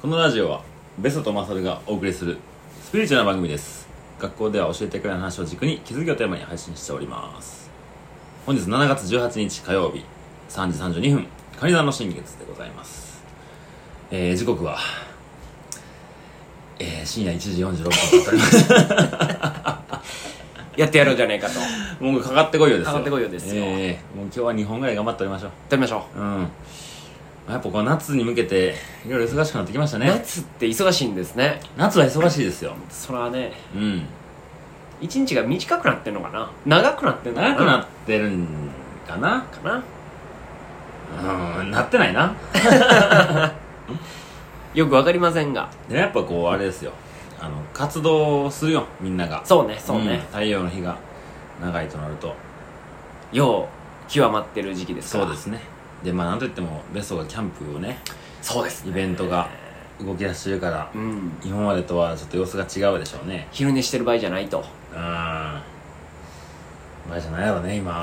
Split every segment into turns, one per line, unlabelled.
このラジオはベソとマサルがお送りするスピリチュアルな番組です学校では教えてくれない話を軸に気づきをテーマに配信しております本日7月18日火曜日3時32分カニ座の新月でございますえー、時刻はえー、深夜1時46分とな ります
やってやろうじゃねえかと。
もうかかってこいよですよ
かかってこいよですよ
えー、もう今日は2本ぐらい頑張っておりましょう
やりましょ
うんまあやっぱこう夏に向けていろいろ忙しくなってきました
う。
ね
夏って忙しいんですね。
夏は忙しいですよ
それはね、
うん
一日が短くなってんのかな長くなってんのか
長
な
くなってるんかな
かな
うんなってないな
よくわかりませんが。
でやっぱこうあれですよあの活動するよみんなが
そうね、そうね
ん。太陽の日が長いとなると
よう、極まってる時期です
そ
から。
うですねでまあなんといってもベストがキャンプをね
そうです。
イベントが動き出してるから
うん。
今までとはちょっと様子が違うでしょうね
昼寝してる場合じゃないと。
うん前じゃないやろね 今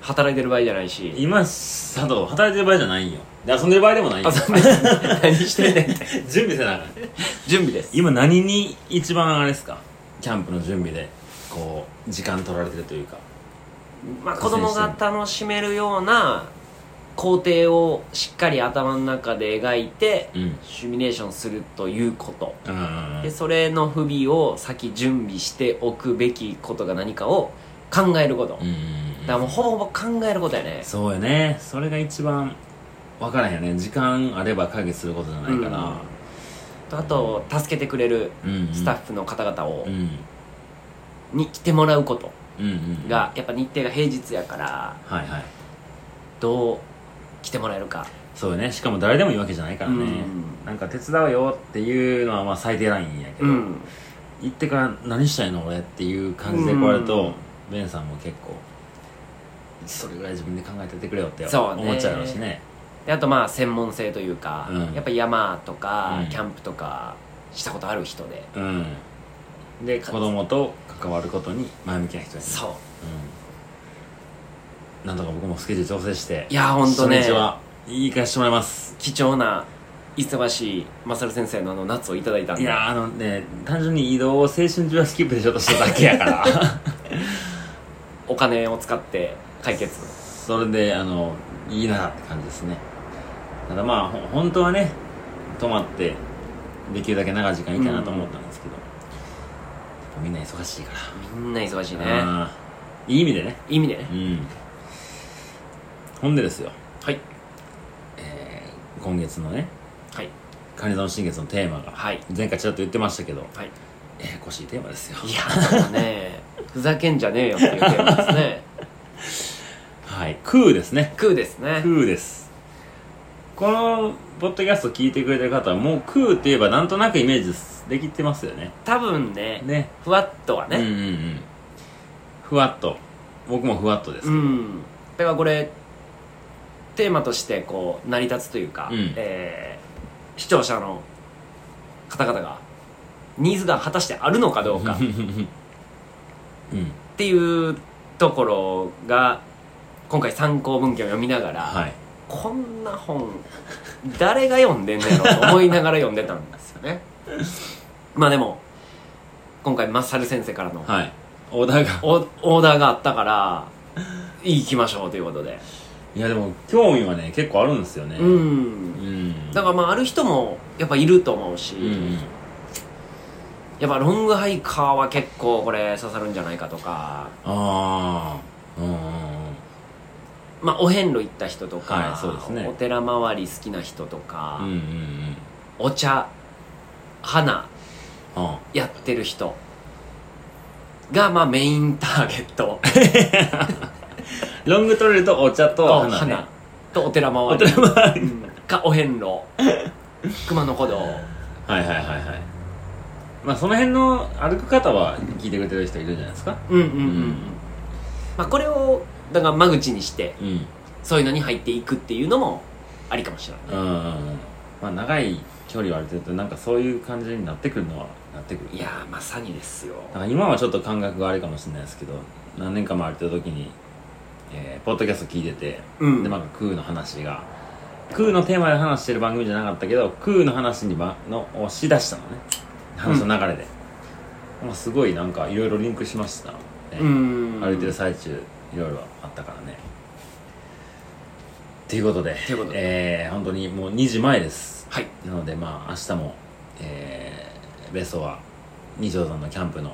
働いてる場合じゃないし。
今佐藤働いてる場合じゃないんよで遊んでる場合でもないんよ
あ、そうね。 何してんねんって。
準備せなあかん
準備です。
今何に一番あれですかキャンプの準備でこう時間取られてるというか
まあ、子供が楽しめるような工程をしっかり頭の中で描いて、
うん
シミュレーションするということ。
うん
でそれの不備を先準備しておくべきことが何かを考えること、
う
だ
ん
からもうほぼほぼ考えることやね
そうよねそれが一番分からへんよね時間あれば解決することじゃないか
あと助けてくれる
ら、うん
スタッフの方々を、
うん
に来てもらうこと
うんうん
がやっぱ日程が平日やから
はいはい
どう来てもらえるか
そうよねしかも誰でもいいわけじゃないからね、
うん
なんか手伝うよっていうのはまあ最低ラインやけど、
うん
行ってから何したいの俺っていう感じで来られると、ベンさんも結構それぐらい自分で考えててくれよって
そうね
思っちゃうろうしね
であとまあ専門性というか、
うん
やっぱ山とか、
うん
キャンプとかしたことある人で
うんで
か
子供と関わることに前向きな人に
そう
うん、なんとか僕もスケジュール調整して
いやほんとね
初日はいいかしてもらいます
貴重な忙しいマサル先生のあの夏をいただいたんで
いやあのね単純に移動を青春中はスキップでちょっとしただけやから
お金を使って解決
それであのいいなって感じですねただまあほ本当はね泊まってできるだけ長い時間いいかなと思ったんですけど、やっぱみんな忙しいか
みんな忙しい
ら、
ね
あーいい意味でね
いい意味でね
うんほんでですよ、
はい
えー今月のね
はい
カニ座の新月のテーマが、
はい
前回ちらっと言ってましたけど
はい
えー、こしいテーマですよ
いやなんか ねふざけんじゃねえよっていうテーマですね
はい空ですね
空ですね
空ですこのポッドキャスト聞いてくれてる方はもう空って言えばなんとなくイメージできてますよね
多分ね
ね
ふわっとは
うんうん
ね
うんふわっと僕もふわっとです
うん、だからこれテーマとしてこう成り立つというか、
うん
えー視聴者の方々がニーズが果たしてあるのかどうか
うん
っていうところが今回参考文献を読みながら、
はい
こんな本誰が読んでんねやろと思いながら読んでたんですよねまあでも今回マッサル先生からの
はいオーダーが
オオーダーがあったから行きましょうということで、
いやでも興味はね結構あるんですよね
う
うんん
だからまあある人もやっぱいると思うし、
うんうん
やっぱロングハイカーは結構これ刺さるんじゃないかとか
ああうんうんうん
まあお遍路行った人とか、
はいそうですね
お寺周り好きな人とか、
うんうんうん
お茶花
あ
やってる人がまあメインターゲット
ーロング取れるとお茶と
と
花ね
花とお寺周りうんかお遍 路熊野古道
はいはいはいはいまあその辺の歩く方は聞いてくれてる人いるんじゃないですか
うんうんうん、
うん
まあ、これをだから間口にして
うんうん
そういうのに入っていくっていうのもありかもしれない、
うんうんまあ長い距離を歩いてるとなんかそういう感じになってくるのはなってくる
いやーまさにですよ
だから今はちょっと感覚があれかもしれないですけど何年かも歩いてる時に、えーポッドキャスト聞いてて、
うん
でまあ空の話が空のテーマで話してる番組じゃなかったけど空の話にばのをしだしたのね話の流れで、まあ、すごいなんかいろいろリンクしました、ね
うん
歩いてる最中いろいろあったからねということで
ということで
えー本当にもう2時前です
はい
なのでまあ明日もえー、ベストは二条さんのキャンプの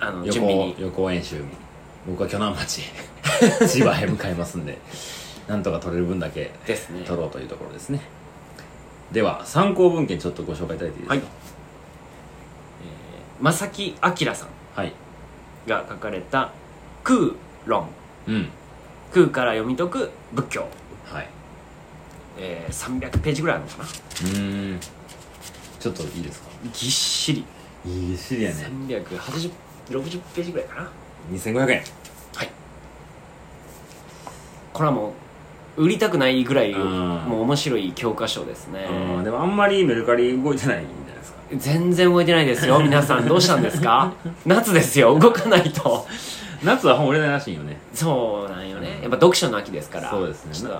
あの
予
準備
行
に
予行演習僕は鋸南町 千葉へ向かいますんでなんとか取れる分だけ
ですね
取ろうというところですねでは参考文献ちょっとご紹介いただいていいで
はい
すか
正木明さん
はい、
が書かれた「空論
うん」
空から読み解く仏教、
はい
えー、300ページぐらいあるのか
う
な
ーんちょっといいですか
ぎっしり
いい知りやね
38060ページぐらいかな
2500円
これはもう売りたくないぐらい
うん
もう面白い教科書ですね
うんでもあんまりメルカリ動いてないんじゃないですか
全然動いてないですよ皆さんどうしたんです か夏ですよ動かないと
夏は本売れないらしいよね
そうなんよねやっぱ読書の秋ですから
そうですね
ちょっと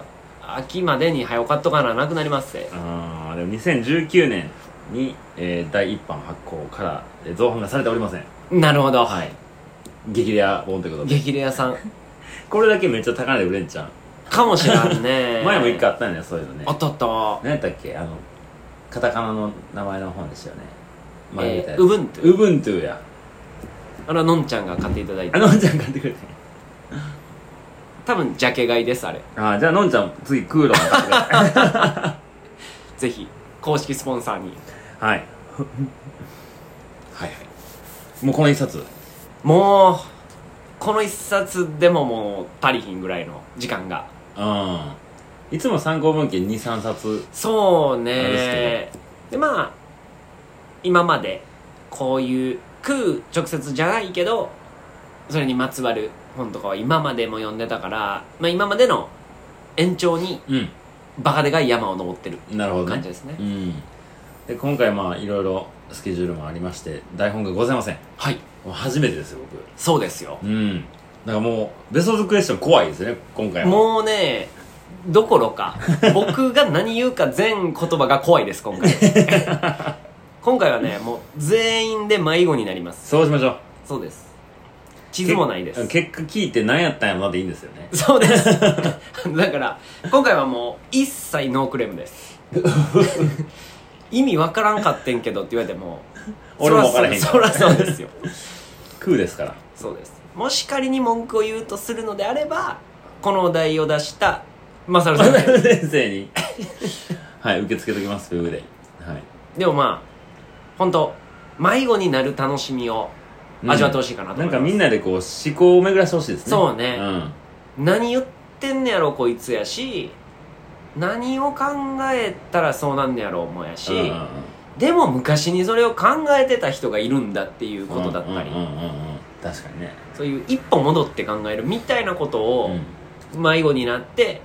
秋までに早う買っとかななくなりますぜ
あーでも2019年に、えー第一版発行からえー造反がされておりません
なるほど、
はい激レア本ということで
激レアさん
これだけめっちゃ高値で売れんちゃ
かもしれんね
う 前も一回あったんだよそういうのね
あったあった
何やったっけあのカタカナの名前の本でしたよね前言った
え
や
ー、
つ
ウブントゥ
ウブントゥや
あののんちゃんが買っていただい
あ
て
のんちゃん買ってくれて
多分ジャケ買いですあれ
あーじゃあのんちゃん次クーロン買ってくれ
ぜひ公式スポンサーに
はいはいはいもうこの一冊
もうこの一冊でももう足りひんぐらいの時間が
うんいつも参考文献23冊
そう
あれ
ねでまあ今までこういう空直接じゃないけどそれにまつわる本とかは今までも読んでたから、まあ、今までの延長に
うん
バカでかい山を登ってる
なるほど
感
ね
じですね
うんで今回まあいろいろスケジュールもありまして台本がございません
はい
もう初めてですよ
そうですよ
僕うんだからもうベストズクエスチョン怖いですね今回は
もうねどこ ろか僕が何言うか全言葉が怖いです今回 今回はねもう全員で迷子になります
そうしましょう
そうです地図もないです
け結果聞いて何やったんやろなでいいんですよね
そ うですだから今回はもう一切ノークレームです 意味わからんかってんけどって言われても
俺もわからへん
そらそうそらそ うですよ
空ですから
そうですもし仮に文句を言うとするのであればこのお題を出したマサルさんで
先生 にはい受け付けときますウェブではい
でもまあ本当迷子になる楽しみを味わってほしいかなと
なん
思います、
かみんなでこう思考を巡らしてほしいですね
そう
う
ね、
ん
何言ってんねやろこいつやし何を考えたらそうなんねやろお前やし、
うんうんうん
でも昔にそれを考えてた人がいるんだっていうことだったり、
うんうんうんうん確かにね
そういう一歩戻って考えるみたいなこと
う
を
ん
迷子になって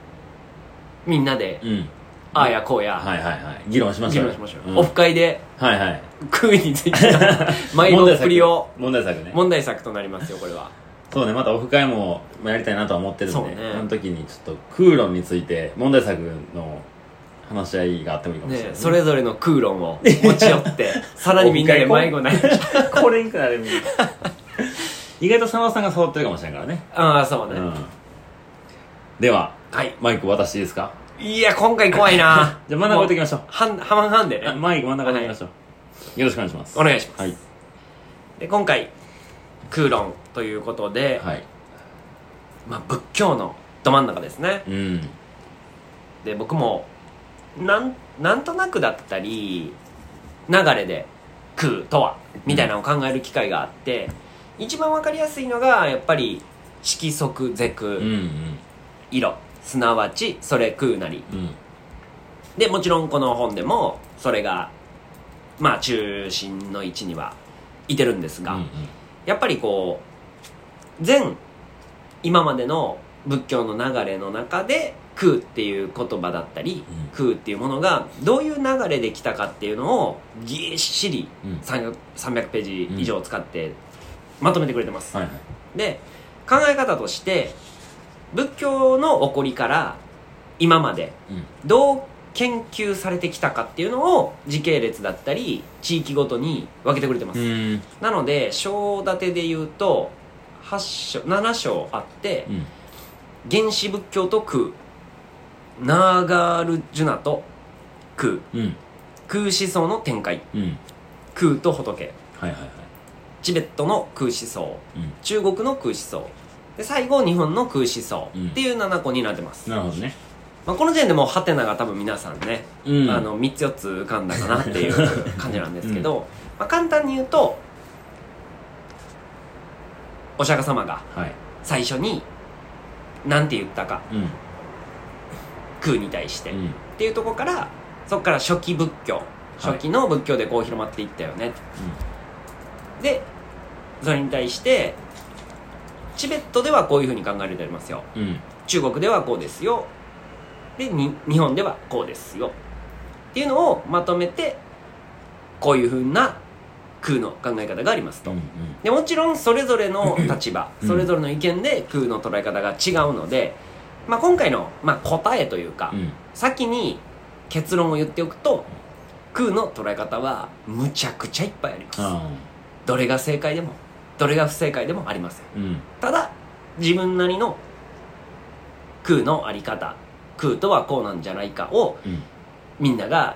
みんなで、
うん
ああやこうや、
はいはいはい議論しまし
議
ょう
論しましょう、
ん
オフ会で
はいはい
空についての 迷
問題
子っぷ
作
りを
問題作ね
問題作となりますよこれは
そうねまたオフ会もやりたいなとは思ってるん
そう
で
ね
その時にちょっと空論について問題作の話し合いがあってもいいかもしれない、
ね、それぞれの空論を持ち寄ってさらにみんなで迷子になる
これんくなるみんな 意外と佐野さんが触ってるかもしれないからね、
ああそうね、
うんでは
はい
マイク私いいですか
いや今回怖いな
じゃあ真ん中置いていきましょう
半半々で
あ
ね
マイク真ん中置いていきましょう、よろしくお願いします
お願いします
はい
で今回空論ということで、
はい
まあ、仏教のど真ん中ですね
うん
で僕もなんなんとなくだったり流れで空とはみたいなのを考える機会があって、一番わかりや是いのがやっぱり色即是空、
うん
色すなわちそれ空なり
うんうん
でもちろんこの本でもそれがまあ中心の位置にはいてるんですが、
うん
やっぱりこう全今までの仏教の流れの中で空っていう言葉だったり、
うん
空っていうものがどういう流れで来たかっていうのをぎっしり
うんうん
300 300ページ以上使ってまとめてくれてます、
はいはい
で考え方として仏教の起こりから今まで
うん
どう研究されてきたかっていうのを時系列だったり地域ごとに分けてくれてます、
うん
なので章立てで言うと8章7章あって、
うん
原始仏教と空ナーガールジュナと空
うん
空思想の展開
うん
空と仏
はいはいはい
チベットの空思想
うん
中国の空思想で最後日本の空思想
うん
っていう7個になってます、
なるほどね
まあ、この時点でもうハテナが多分皆さんね、
うん
あの3つ4つ浮かんだかなっていう感じなんですけど、まあ、簡単に言うとお釈迦様が
はい
最初に何て言ったか
うん
空に対して、
う
っ
ん
ていうところからそこから初期仏教初期の仏教でこう広まっていったよね、でそれに対してチベットではこういうふうに考えられておりますよ
うんうん
中国ではこうですよでに日本ではこうですよっていうのをまとめてこういうふうな空の考え方がありますと、
うん
でもちろんそれぞれの立場
うん
それぞれの意見で空の捉え方が違うので、まあ、今回の、まあ、答えというか、
うん
先に結論を言っておくと空の捉え方はむちゃくちゃいっぱいあります、
あ
どれが正解でもどれが不正解でもありません
ーうん
ただ自分なりの空のあり方空とはこうなんじゃないかを
うん
みんなが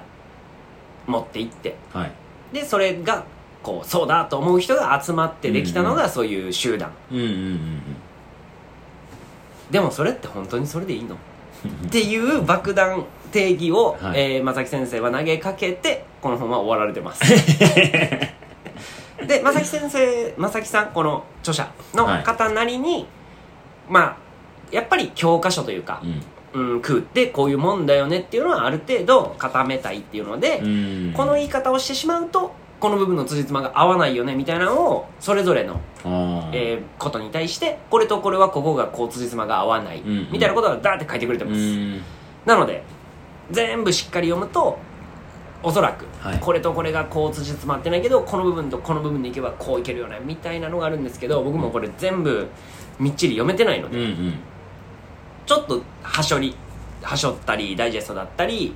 持っていって
はい
でそれがこうそうだと思う人が集まってできたのがそういう集団、
うんうん
でもそれって本当にそれでいいのっていう爆弾定義を、
はい
えー正木先生は投げかけてこの本は終わられてますで正木先生正木さんこの著者の方なりに、まあやっぱり教科書というか
うんうん
うん、食うってこういうもんだよねっていうのはある程度固めたいっていうので、
うん
この言い方をしてしまうとこの部分の辻褄が合わないよねみたいなのをそれぞれの、
あー
えーことに対してこれとこれはここがこう辻褄が合わない
うんうん
みたいなことがダーって書いてくれてます、
うん
なので全部しっかり読むとおそらく、
はい
これとこれがこう辻褄合ってないけどこの部分とこの部分でいけばこういけるよねみたいなのがあるんですけど僕もこれ全部みっちり読めてないので
うんうん
ちょっとはしょりはしょったりダイジェストだったり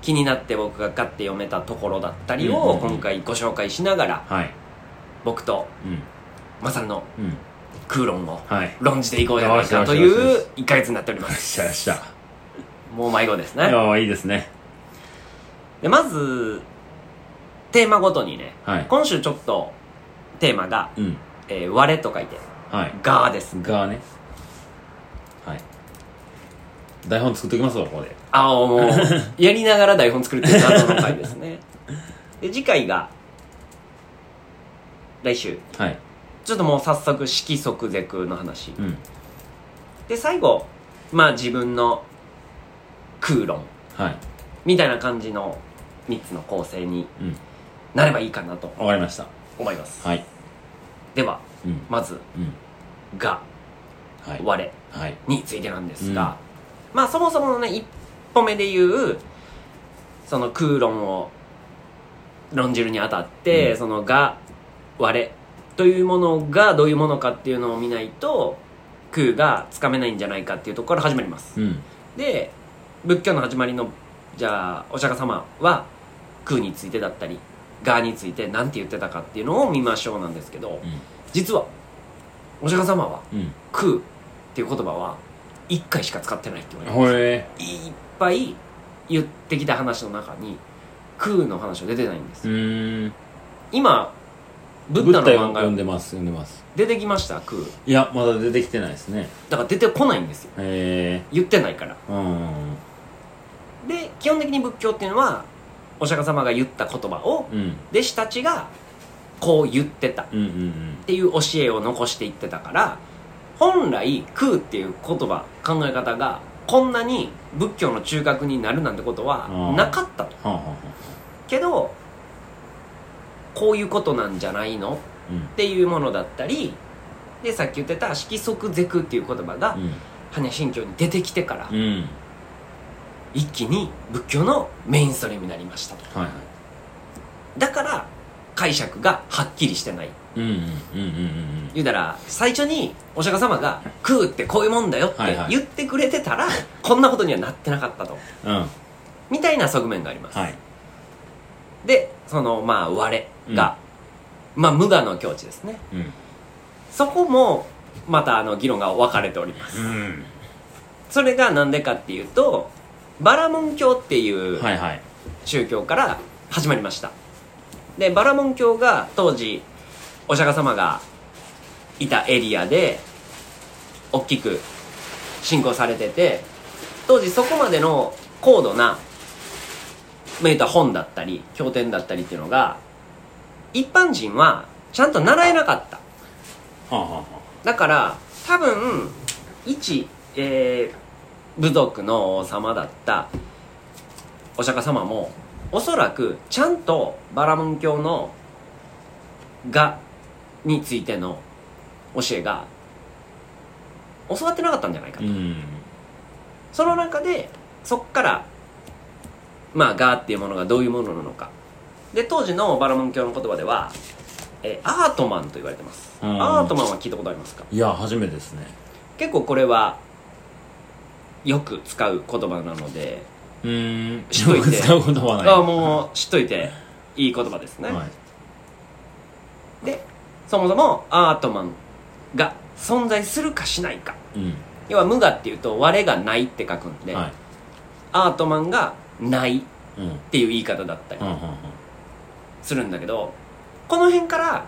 気になって僕がガッて読めたところだったり
うんうん
を
うん
今回ご紹介しながら
はい
僕と
うん
マサルの
うん
空論を
はい
論じていこうじゃないかとい
よしよしよし
う1ヶ月になっておりま
よっ
す
しゃよっしゃ
もう迷子です
い
ね
やーいいですね
でまずテーマごとにね
はい
今週ちょっとテーマが
うん
「えー割れ」と書いて
はい
「が」です
がねはい台本作っときますわここで
ああも うやりながら台本作るっていう謎の回ですねで次回が来週
はい
ちょっともう早速色即是空の話
うん
で最後まあ自分の空論
はい
みたいな感じの3つの構成に
うん
なればいいかなと
わかりました
思います
はい
では
うん
まず
うん
「が
はい
我」
はい
についてなんですが、まあそもそものね一歩目で言うその空論を論じるにあたって、
うん
その「が」「我」というものがどういうものかっていうのを見ないと空がつかめないんじゃないかっていうところから始まります、
うん
で仏教の始まりのじゃあお釈迦様は空についてだったり「が」について何て言ってたかっていうのを見ましょうなんですけど実はお釈迦様は
うん
「空」っていう言葉は1回しか使ってないって言わ
う
れ
ん
てま
ほえ
すいっぱい言ってきた話の中に空の話は出てないんで
う
す
ーん
今ブッ
ブッ
ダ
ダ
の
読
漫
ん読ん
画
でます読んでます
出てきました空
いやまだ出てきてないですね
だから出てこないんですよ
え
言ってないから
ーうん
で基本的に仏教っていうのはお釈迦様が言った言葉を
うん
弟子たちがこう言ってたっ
うんうん
ていう教えを残していってたから本来空っていう言葉考え方がこんなに仏教の中核になるなんてことは
うん
なかったと
はあはあは
けどこういうことなんじゃないの
あうん
っていうものだったりでさっき言ってた「色即是空」っていう言葉が般若心経に出てきてから
うんうん
一気に仏教のメインストリームになりましたと
はいはい
だから解釈がはっきりしてない
うんうんうんうんうん
言うたら最初にお釈迦様が「食うってこういうもんだよ」って
はいはい
言ってくれてたらこんなことにはなってなかったと
うんうん
みたいな側面があります、
はい
でそのまあ我が、まあ無我の境地ですね
うん
そこもまたあの議論が分かれております
うん
それがなんでかっていうとバラモン教っていう
はいはい
宗教から始まりましたでバラモン教が当時お釈迦様がいたエリアで大きく信仰されてて当時そこまでの高度なメータ本だったり経典だったりっていうのが一般人はちゃんと習えなかった
はあはあは
だから多分一、えー部族の王様だったお釈迦様もおそらくちゃんとバラモン教のがについての教えが教わってなかったんじゃないか
あ
と、
うん
その中でそっからまあガーっていうものがどういうものなのかで当時のバラモン教の言葉では、えーアートマンと言われてます、
うん
アートマンは聞いたことありますか
いや初めてですね
結構これはよく使う言葉なので、
うーん
しといて
僕使うことはない
あもう知っといていい言葉ですね、
はい
でそもそもアートマンが存在するかしないか
うん
要は無我っていうと我がないって書くんで、
はい
アートマンがないっ
うんうん
ていう言い方だったり
うんうん
するんだけどこの辺から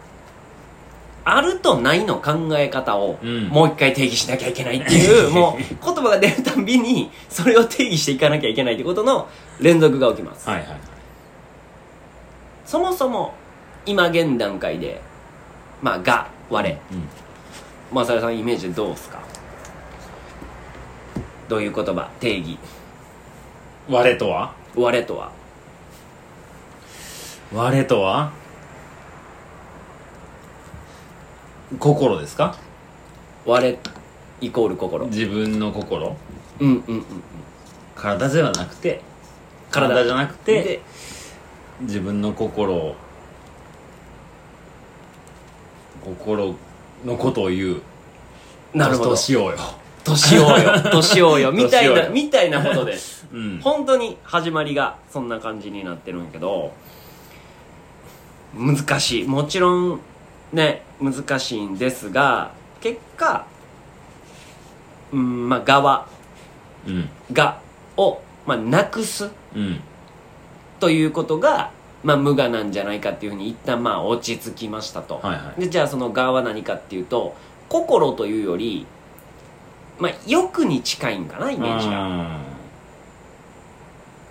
あるとないの考え方を
うん
もう一回定義しなきゃいけないって いう、もう言葉が出るたんびにそれを定義していかなきゃいけないってことの連続が起きます、
はいはい
そもそも今現段階でまあ「が」「我
うん」
マサルさんイメージでどうですかどういう言葉定義
我とは
「我」とは
我とは心ですか
「我」イコール心うん
自分の心
うんうんうん
体ではなくて体じゃなくて
で
自分の心を心のことを言う
なるほど
としようよ
年をよ年 をよみたい
年を
な
よ
みたいなことです
うん
本当に始まりがそんな感じになってるんやけど難しいもちろんね難しいんですが結果うんまあ側
うん
がを、まあ、なくす
うん
ということが、まあ、無我なんじゃないかっていうふうに一旦まあ落ち着きましたと、
はいはい
でじゃあその我は何かっていうと心というより、まあ、欲に近いんかなイメージが
あー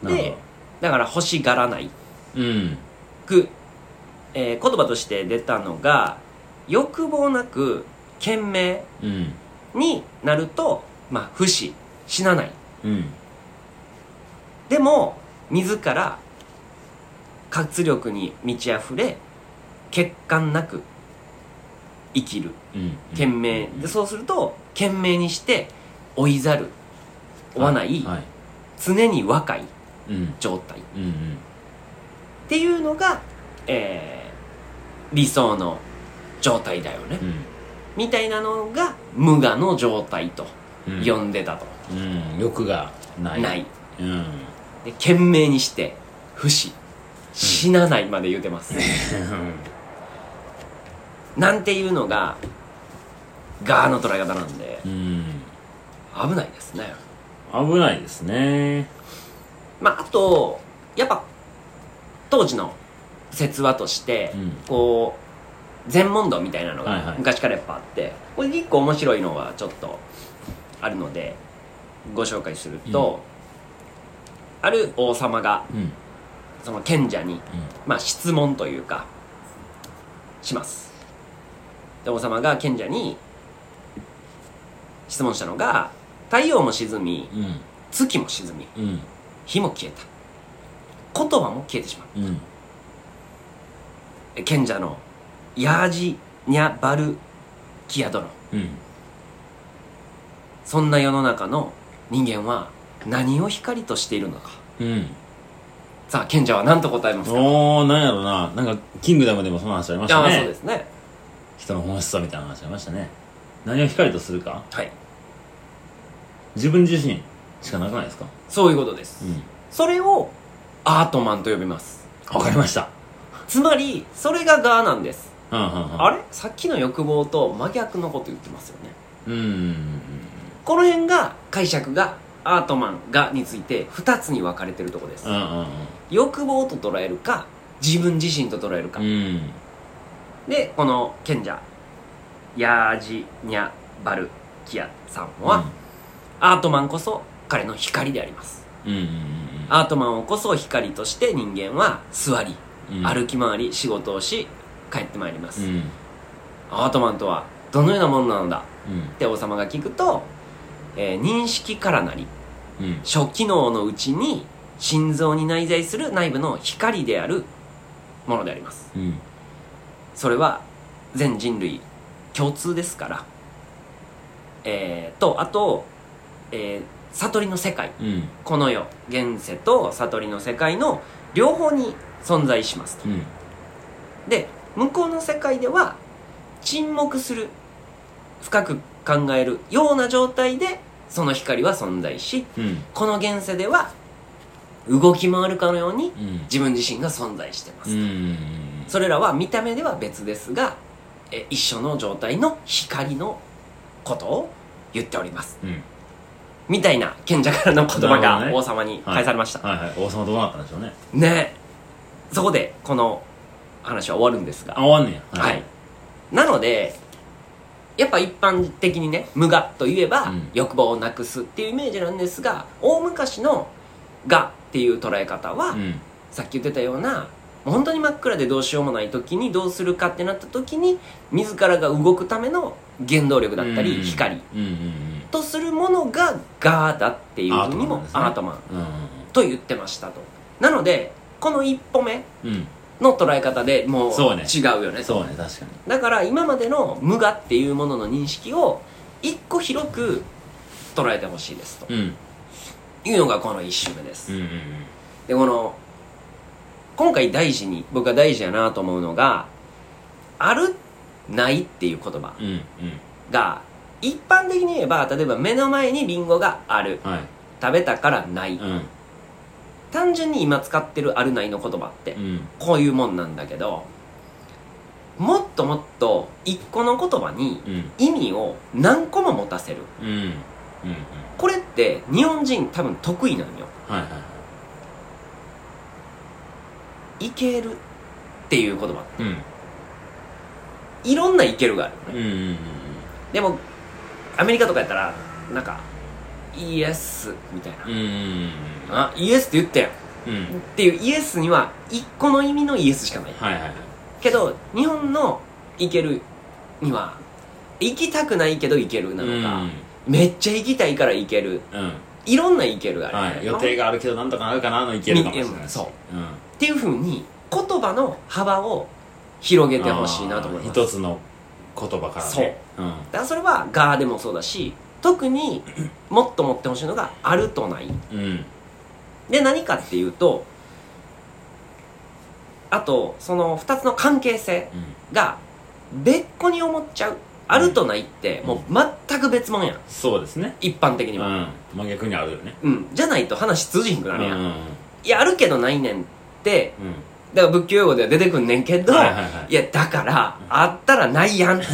なる
でだから欲しがらない
ほどうん
く、えー言葉として出たのが欲望なく賢明
うん
になると、まあ、不死死なない
うん
でも自ら活力に満ち溢れ欠陥なく生きる
うん
懸命でそうすると懸命にして追いざる追わない、
はいはい
常に若い
うん
状態っ
うんうん
ていうのが、えー理想の状態だよね、
うん
みたいなのが無我の状態と
うん
呼んでたと、
うん欲がない
ない
うん
で懸命にして不死死なないまで言うてます、なんていうのがガーの捉え方なんで
うん
危ないですね
危ないですね
まああとやっぱ当時の説話として、
うん
こう禅問答みたいなの
はいは
が
い
昔からやっぱあって、これ結構面白いのはちょっとあるのでご紹介すると、ある王様が
うん
その賢者に、まあ、質問というかしますで王様が賢者に質問したのが太陽も沈み
うんうん
月も沈み
うん
火も消えた言葉も消えてしまう
うん
え賢者のヤージニャバルキア殿
うん
そんな世の中の人間は何を光としているのか
うん
さあ賢者は何と答えますか
おー、なんやろな。なんか、キングダムでもその話ありました
ああ
ね。
そうですね
人の本質さみたいな話ありましたね。何を光とするか
はい
自分自身しかなくないですか
そういうことです、
う
それをアートマンと呼びます
わかりました
つまりそれがガーなんです
うんうんうん
あれさっきの欲望と真逆のこと言ってますよね
うんうんうん
この辺が解釈がアートマンがについて2つに分かれてるとこです、
うんうん
欲望と捉えるか自分自身と捉えるか、
うんうん
でこの賢者ヤージニャバルキアさんは、アートマンこそ彼の光であります
うんうん
アートマンをこそ光として人間は座り、
うんうん
歩き回り仕事をし帰ってまいります、
うん
アートマンとはどのようなものなのだ
うん
って王様が聞くと、えー認識からなり
うん
初機能のうちに心臓に内在する内部の光であるものであります
うん
それは全人類共通ですからえー、とあと、えー悟りの世界
うん
この世現世と悟りの世界の両方に存在しますと
うん
で向こうの世界では沈黙する深く考えるような状態でその光は存在し
うん
この現世では動き回るかのように
うん
自分自身が存在してます、
うん
それらは見た目では別ですがえ一緒の状態の光のことを言っております
うん
みたいな賢者からの言葉
なるほど
が
ね
王様に返されました、
はいはい王様どうなったんでしょうね
ねそこでこの話は終わるんですが
あ終わんねや
はい、なのでやっぱ一般的にね無我といえば
うん
欲望をなくすっていうイメージなんですが、大昔の我っていう捉え方は、
うん
さっき言ってたようなもう本当に真っ暗でどうしようもない時にどうするかってなった時に自らが動くための原動力だったり、
うん
光
うんうん
とするものが我だっていうふうにも
アー
アー
ト
トマン
うん
と言ってましたとなのでこの一歩目
うんうん
の捉え方でもう
そうね
違うよねと
そうね確かに
だから今までの無我っていうものの認識を一個広く捉えてほしいですと
うん
いうのがこの一周目です、
うんうん
でこの今回大事に僕が大事やなと思うのが「ある」「ない」っていう言葉
うんうん
が一般的に言えば例えば目の前にリンゴがある
うんはい
食べたからない
うん
単純に今使ってる「ある」「ない」の言葉って
うん
こういうもんなんだけどもっともっと一個の言葉に
うん
意味を何個も持たせる
うんうんうん
これって日本人多分得意なんよ
はいはいはい
けるっていう言葉
いうん
いろんないけるがあるよ
うんう
ね
んうん
でもアメリカとかやったらなんかイエスみたいな
うんうん
あイエスって言ったやん
うんうん
っていうイエスには一個の意味のイエスしかない
はいはいはい
けど日本のいけるには行きたくないけど行けるなのか、めっちゃ行きたいから行ける
うんうん
いろんないけるがあるよね、
はい予定があるけどなんとかなるかなのいけるかもしれないし
そう
うん
っていうふうに言葉の幅を広げてほしいなと思います
あー一つの言葉からねうん
だからそれは「が」でもそうだし特にもっと持ってほしいのが「ある」と「ない
うん」
で何かっていうとあとその2つの関係性
うん
が別個に思っちゃう「ある」と「ない」ってもう全く別物やん
そうですね
一般的
う
に
ん
は
真逆にあるよね
うんじゃないと話通じひんく
う
なんる
う
やん、
ん
いやあるけどないねんってだから仏教用語では出てくんねんけ
う
ど、
んはいはいはい
いやだからあったらないや んって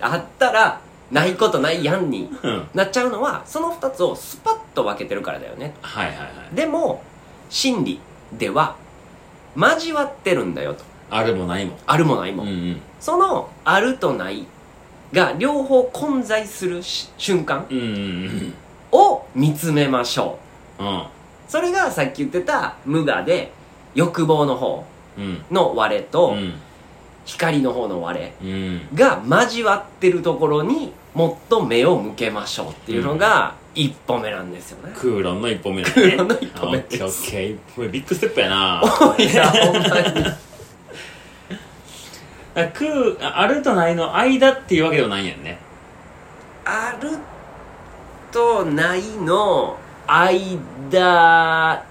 あったらないことないやんに
うん
なっちゃうのはその2つをスパッと分けてるからだよね
はいはいはい
でも真理では交わってるんだよと
あるもないも
あるもないも、
うんうん
そのあるとないが両方混在するし瞬間
うんうんうん
を見つめましょ
うん
うそれがさっき言ってた無我で欲望の方
うん
の我
う
と
ん
光の方の我、
うん
が交わってるところにもっと目を向けましょうっていうのが一歩目なんですよね、
空論の一歩目だね
空論の一歩目
あオッケーオッケー一歩目ビッグステップやな
いやほんまに
だから空ああるとないの間っていうわけではないんやんね
あるとないの間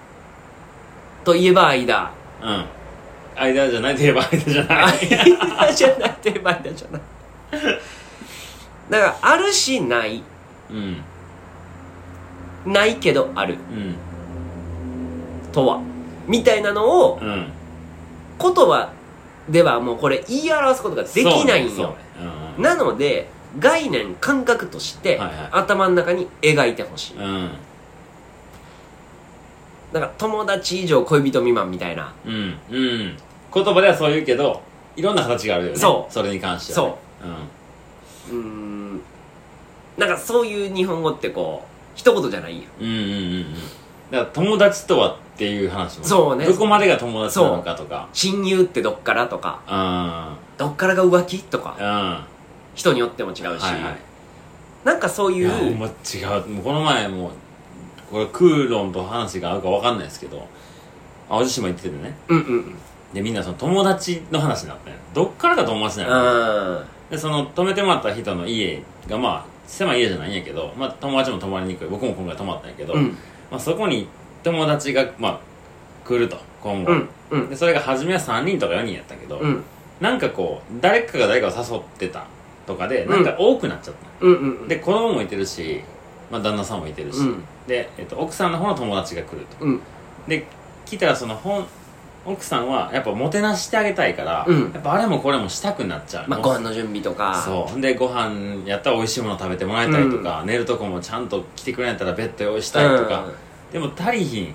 といえば間
うん間じゃないといえば間じゃ ない
間じゃなくて間じゃないだからあるしない
うん
ないけどある
うん
とはみたいなのを
うん
言葉ではもうこれ言い表すことができないん
そう
よ
ね、そうねうん
なので概念感覚として、
はいはい
頭の中に描いてほしい
うん
だから友達以上恋人未満みたいな
うんうん言葉ではそう言うけどいろんな形があるよね
そう
それに関しては、ね、
そう
うん
うーんなんかそういう日本語ってこう一言じゃないよ
うんうんうんうんだから友達とはっていう話も
そうね
どこまでが友達なのかとか
親友ってどっからとか
うんうん
どっからが浮気とか
は
人によっても違うし、
いは
なんかそう
い
い
いうやほんま違うもうこの前もうこれ空論と話が合うか分かんないですけど淡路島行っててね
うんうんうん
でみんなその友達の話になってどっからが友達なの
あ
でその泊めてもらった人の家がまあ狭い家じゃないんやけど、まあ、友達も泊まりにくい僕も今回泊まったんやけど、
うん
まあ、そこに友達が、まあ、来ると今後、
うんうん
でそれが初めは3人とか4人やったけど、
うん
なんかこう誰かが誰かを誘ってたとかで
うん
なんか多くなっちゃった、
うんうん
で子供もいてるし、まあ、旦那さんもいてるし、
うん
で、えっと、奥さんの方の友達が来ると
うん
で来たらその本奥さんはやっぱもてなしてあげたいから、
うん
やっぱあれもこれもしたくなっちゃう、
まあご飯の準備とか
そうでご飯やったら美味しいもの食べてもらいたいとか、寝るとこもちゃんと来てくれんやったらベッド用意したいとか、でも足りひん
うん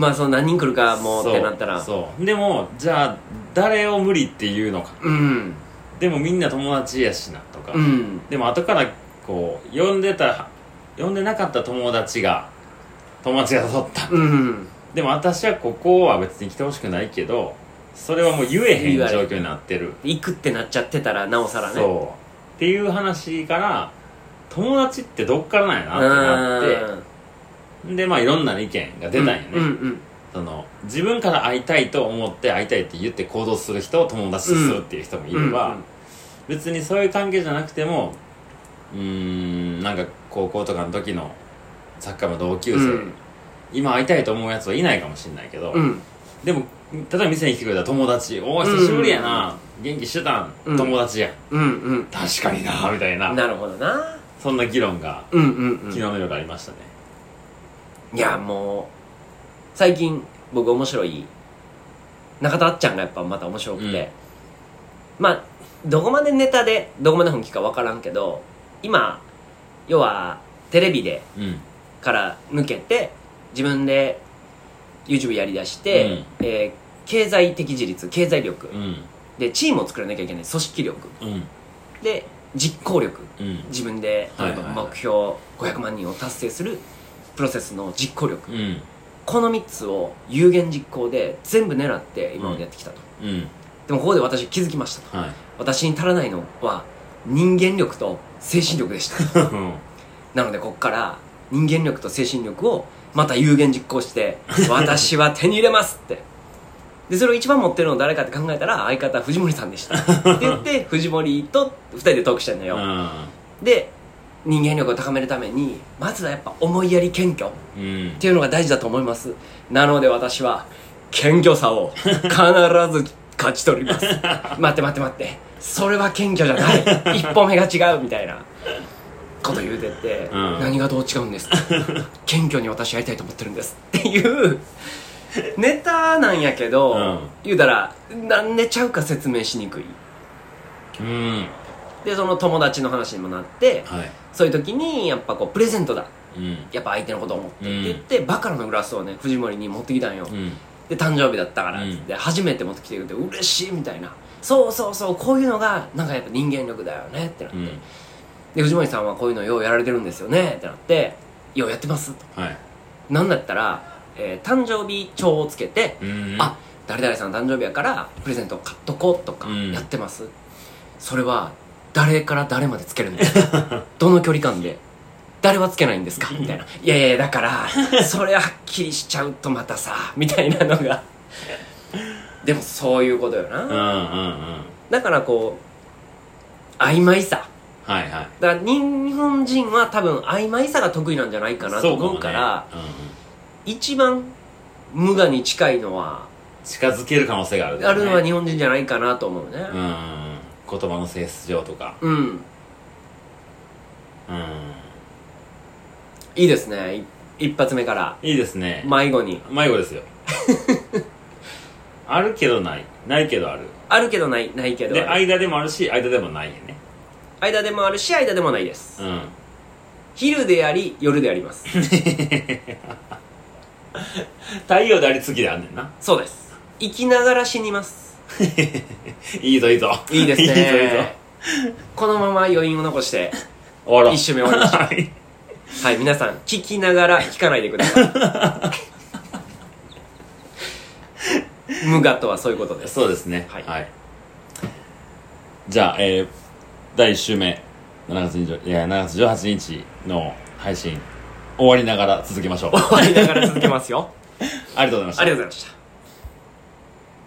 まあその何人来るかもうってなった
そ
ら
うそうでもじゃあ誰を無理っていうのか
うん
でもみんな友達やしなとか、
うん
でも後からこう呼んでた呼んでなかった友達が友達が誘った
うん
でも私はここは別に来てほしくないけどそれはもう言えへん
言
状
われる
況になってる
行くってなっちゃってたらなおさらね
そうっていう話から友達ってどっからなんや
う
なってなっ
ん
てでまあいろんな意見が出たんやね、
うんうん
その自分から会いたいと思って会いたいって言って行動する人を友達とするっていう人もいれば、
うん
別にそういう関係じゃなくてもうーんなんか高校とかの時のサッカーの同級生、
うん
今会いたいと思うやつはいないかもしれないけど、
うん
でも例えば店に来てくれた友達「おお久しぶりやな、元気してたん、
うん
友達やん
うんうん
確かにな」みたいな
なるほどな
そんな議論が
うんうんうん
昨日の夜ありましたね、
いやもう最近僕面白い中田あっちゃんがやっぱまた面白くて、まあどこまでネタでどこまで本気か分からんけど今要はテレビで
うん
から抜けて自分で YouTube やりだして、
うん
えー経済的自立経済力、
うん
でチームを作らなきゃいけない組織力
うん
で実行力
うん
自分で例え
はいはい
ば
はい
目標500万人を達成するプロセスの実行力
うん
この3つを有言実行で全部狙って今までやってきたと、
うん
でもここで私気づきましたと
はい
私に足らないのは人間力と精神力でした
うん
なのでここから人間力と精神力をまた有言実行して私は手に入れますってでそれを一番持ってるの誰かって考えたら相方藤森さんでしたって言って藤森と2人でトークしてん の
う
よ、
ん
で人間力を高めるためにまずはやっぱ思いやり謙虚
うん
っていうのが大事だと思いますなので私は謙虚さを必ず勝ち取 ります待って待って待ってそれは謙虚じゃない一歩目が違うみたいなこと言うてって、
うん
何がどう違う んですか謙虚に私やりたいと思ってるんですっていうネタなんやけど、
うん
言うたらなんでちゃうか説明しにくい
うん
でその友達の話にもなって
はい
そういう時にやっぱこうプレゼントだ
うん
やっぱ相手のことを思って
うん
って言って、バカラのグラスをね藤森に持ってきたんよ、
うん
で誕生日だったから
う
っ
ん
つって、初めて持ってきてくれて嬉しいみたいなそうそうそうこういうのがなんかやっぱ人間力だよねってなって、
うん
で藤森さんはこういうのようやられてるんですよねってなって「ようやってます」と
はい
なんだったら、えー誕生日帳をつけて
うん
あ誰々さんの誕生日やからプレゼント買っとこうとか
うん
やってます、それは誰から誰までつけるんで すかどの距離感で誰はつけないんですかみたいな「いやいやいやだ からそれはっきりしちゃうとまたさ」みたいなのがでもそういうことよな、
うんうんうん
だからこう曖昧さ
はいはい
だから日本人は多分曖昧さが得意なんじゃないかなと思うから
そうもねうんうん
一番無我に近いのは
近づける可能性がある
あるのは日
本
本人じゃないかなと思うね、
うんうんうん言葉の性質上とか
うん
うん
いいですねい一発目から
いいですね、
迷子に
迷子です よあるけどないないけどある
あるけどないないけど
で
ある
間でもあるし間でもないよね
間でもあるし間でもないです、
うん
昼であり夜であります
太陽であり月であんねんな
そうです生きながら死にます
いいぞいいぞ
いいです ね
いいぞいいぞ
このまま余韻を残して
終わろう
一周目終わりまし
はい
はい皆さん聞きながら聞かないでくださ い無我とはそういうことです
そうですね
はい
じゃあ、えー第1週目7月 ,20 いや7月18日の配信終わりながら続けましょう
終わりながら続けますよ
ありがとうございました
ありがとうございました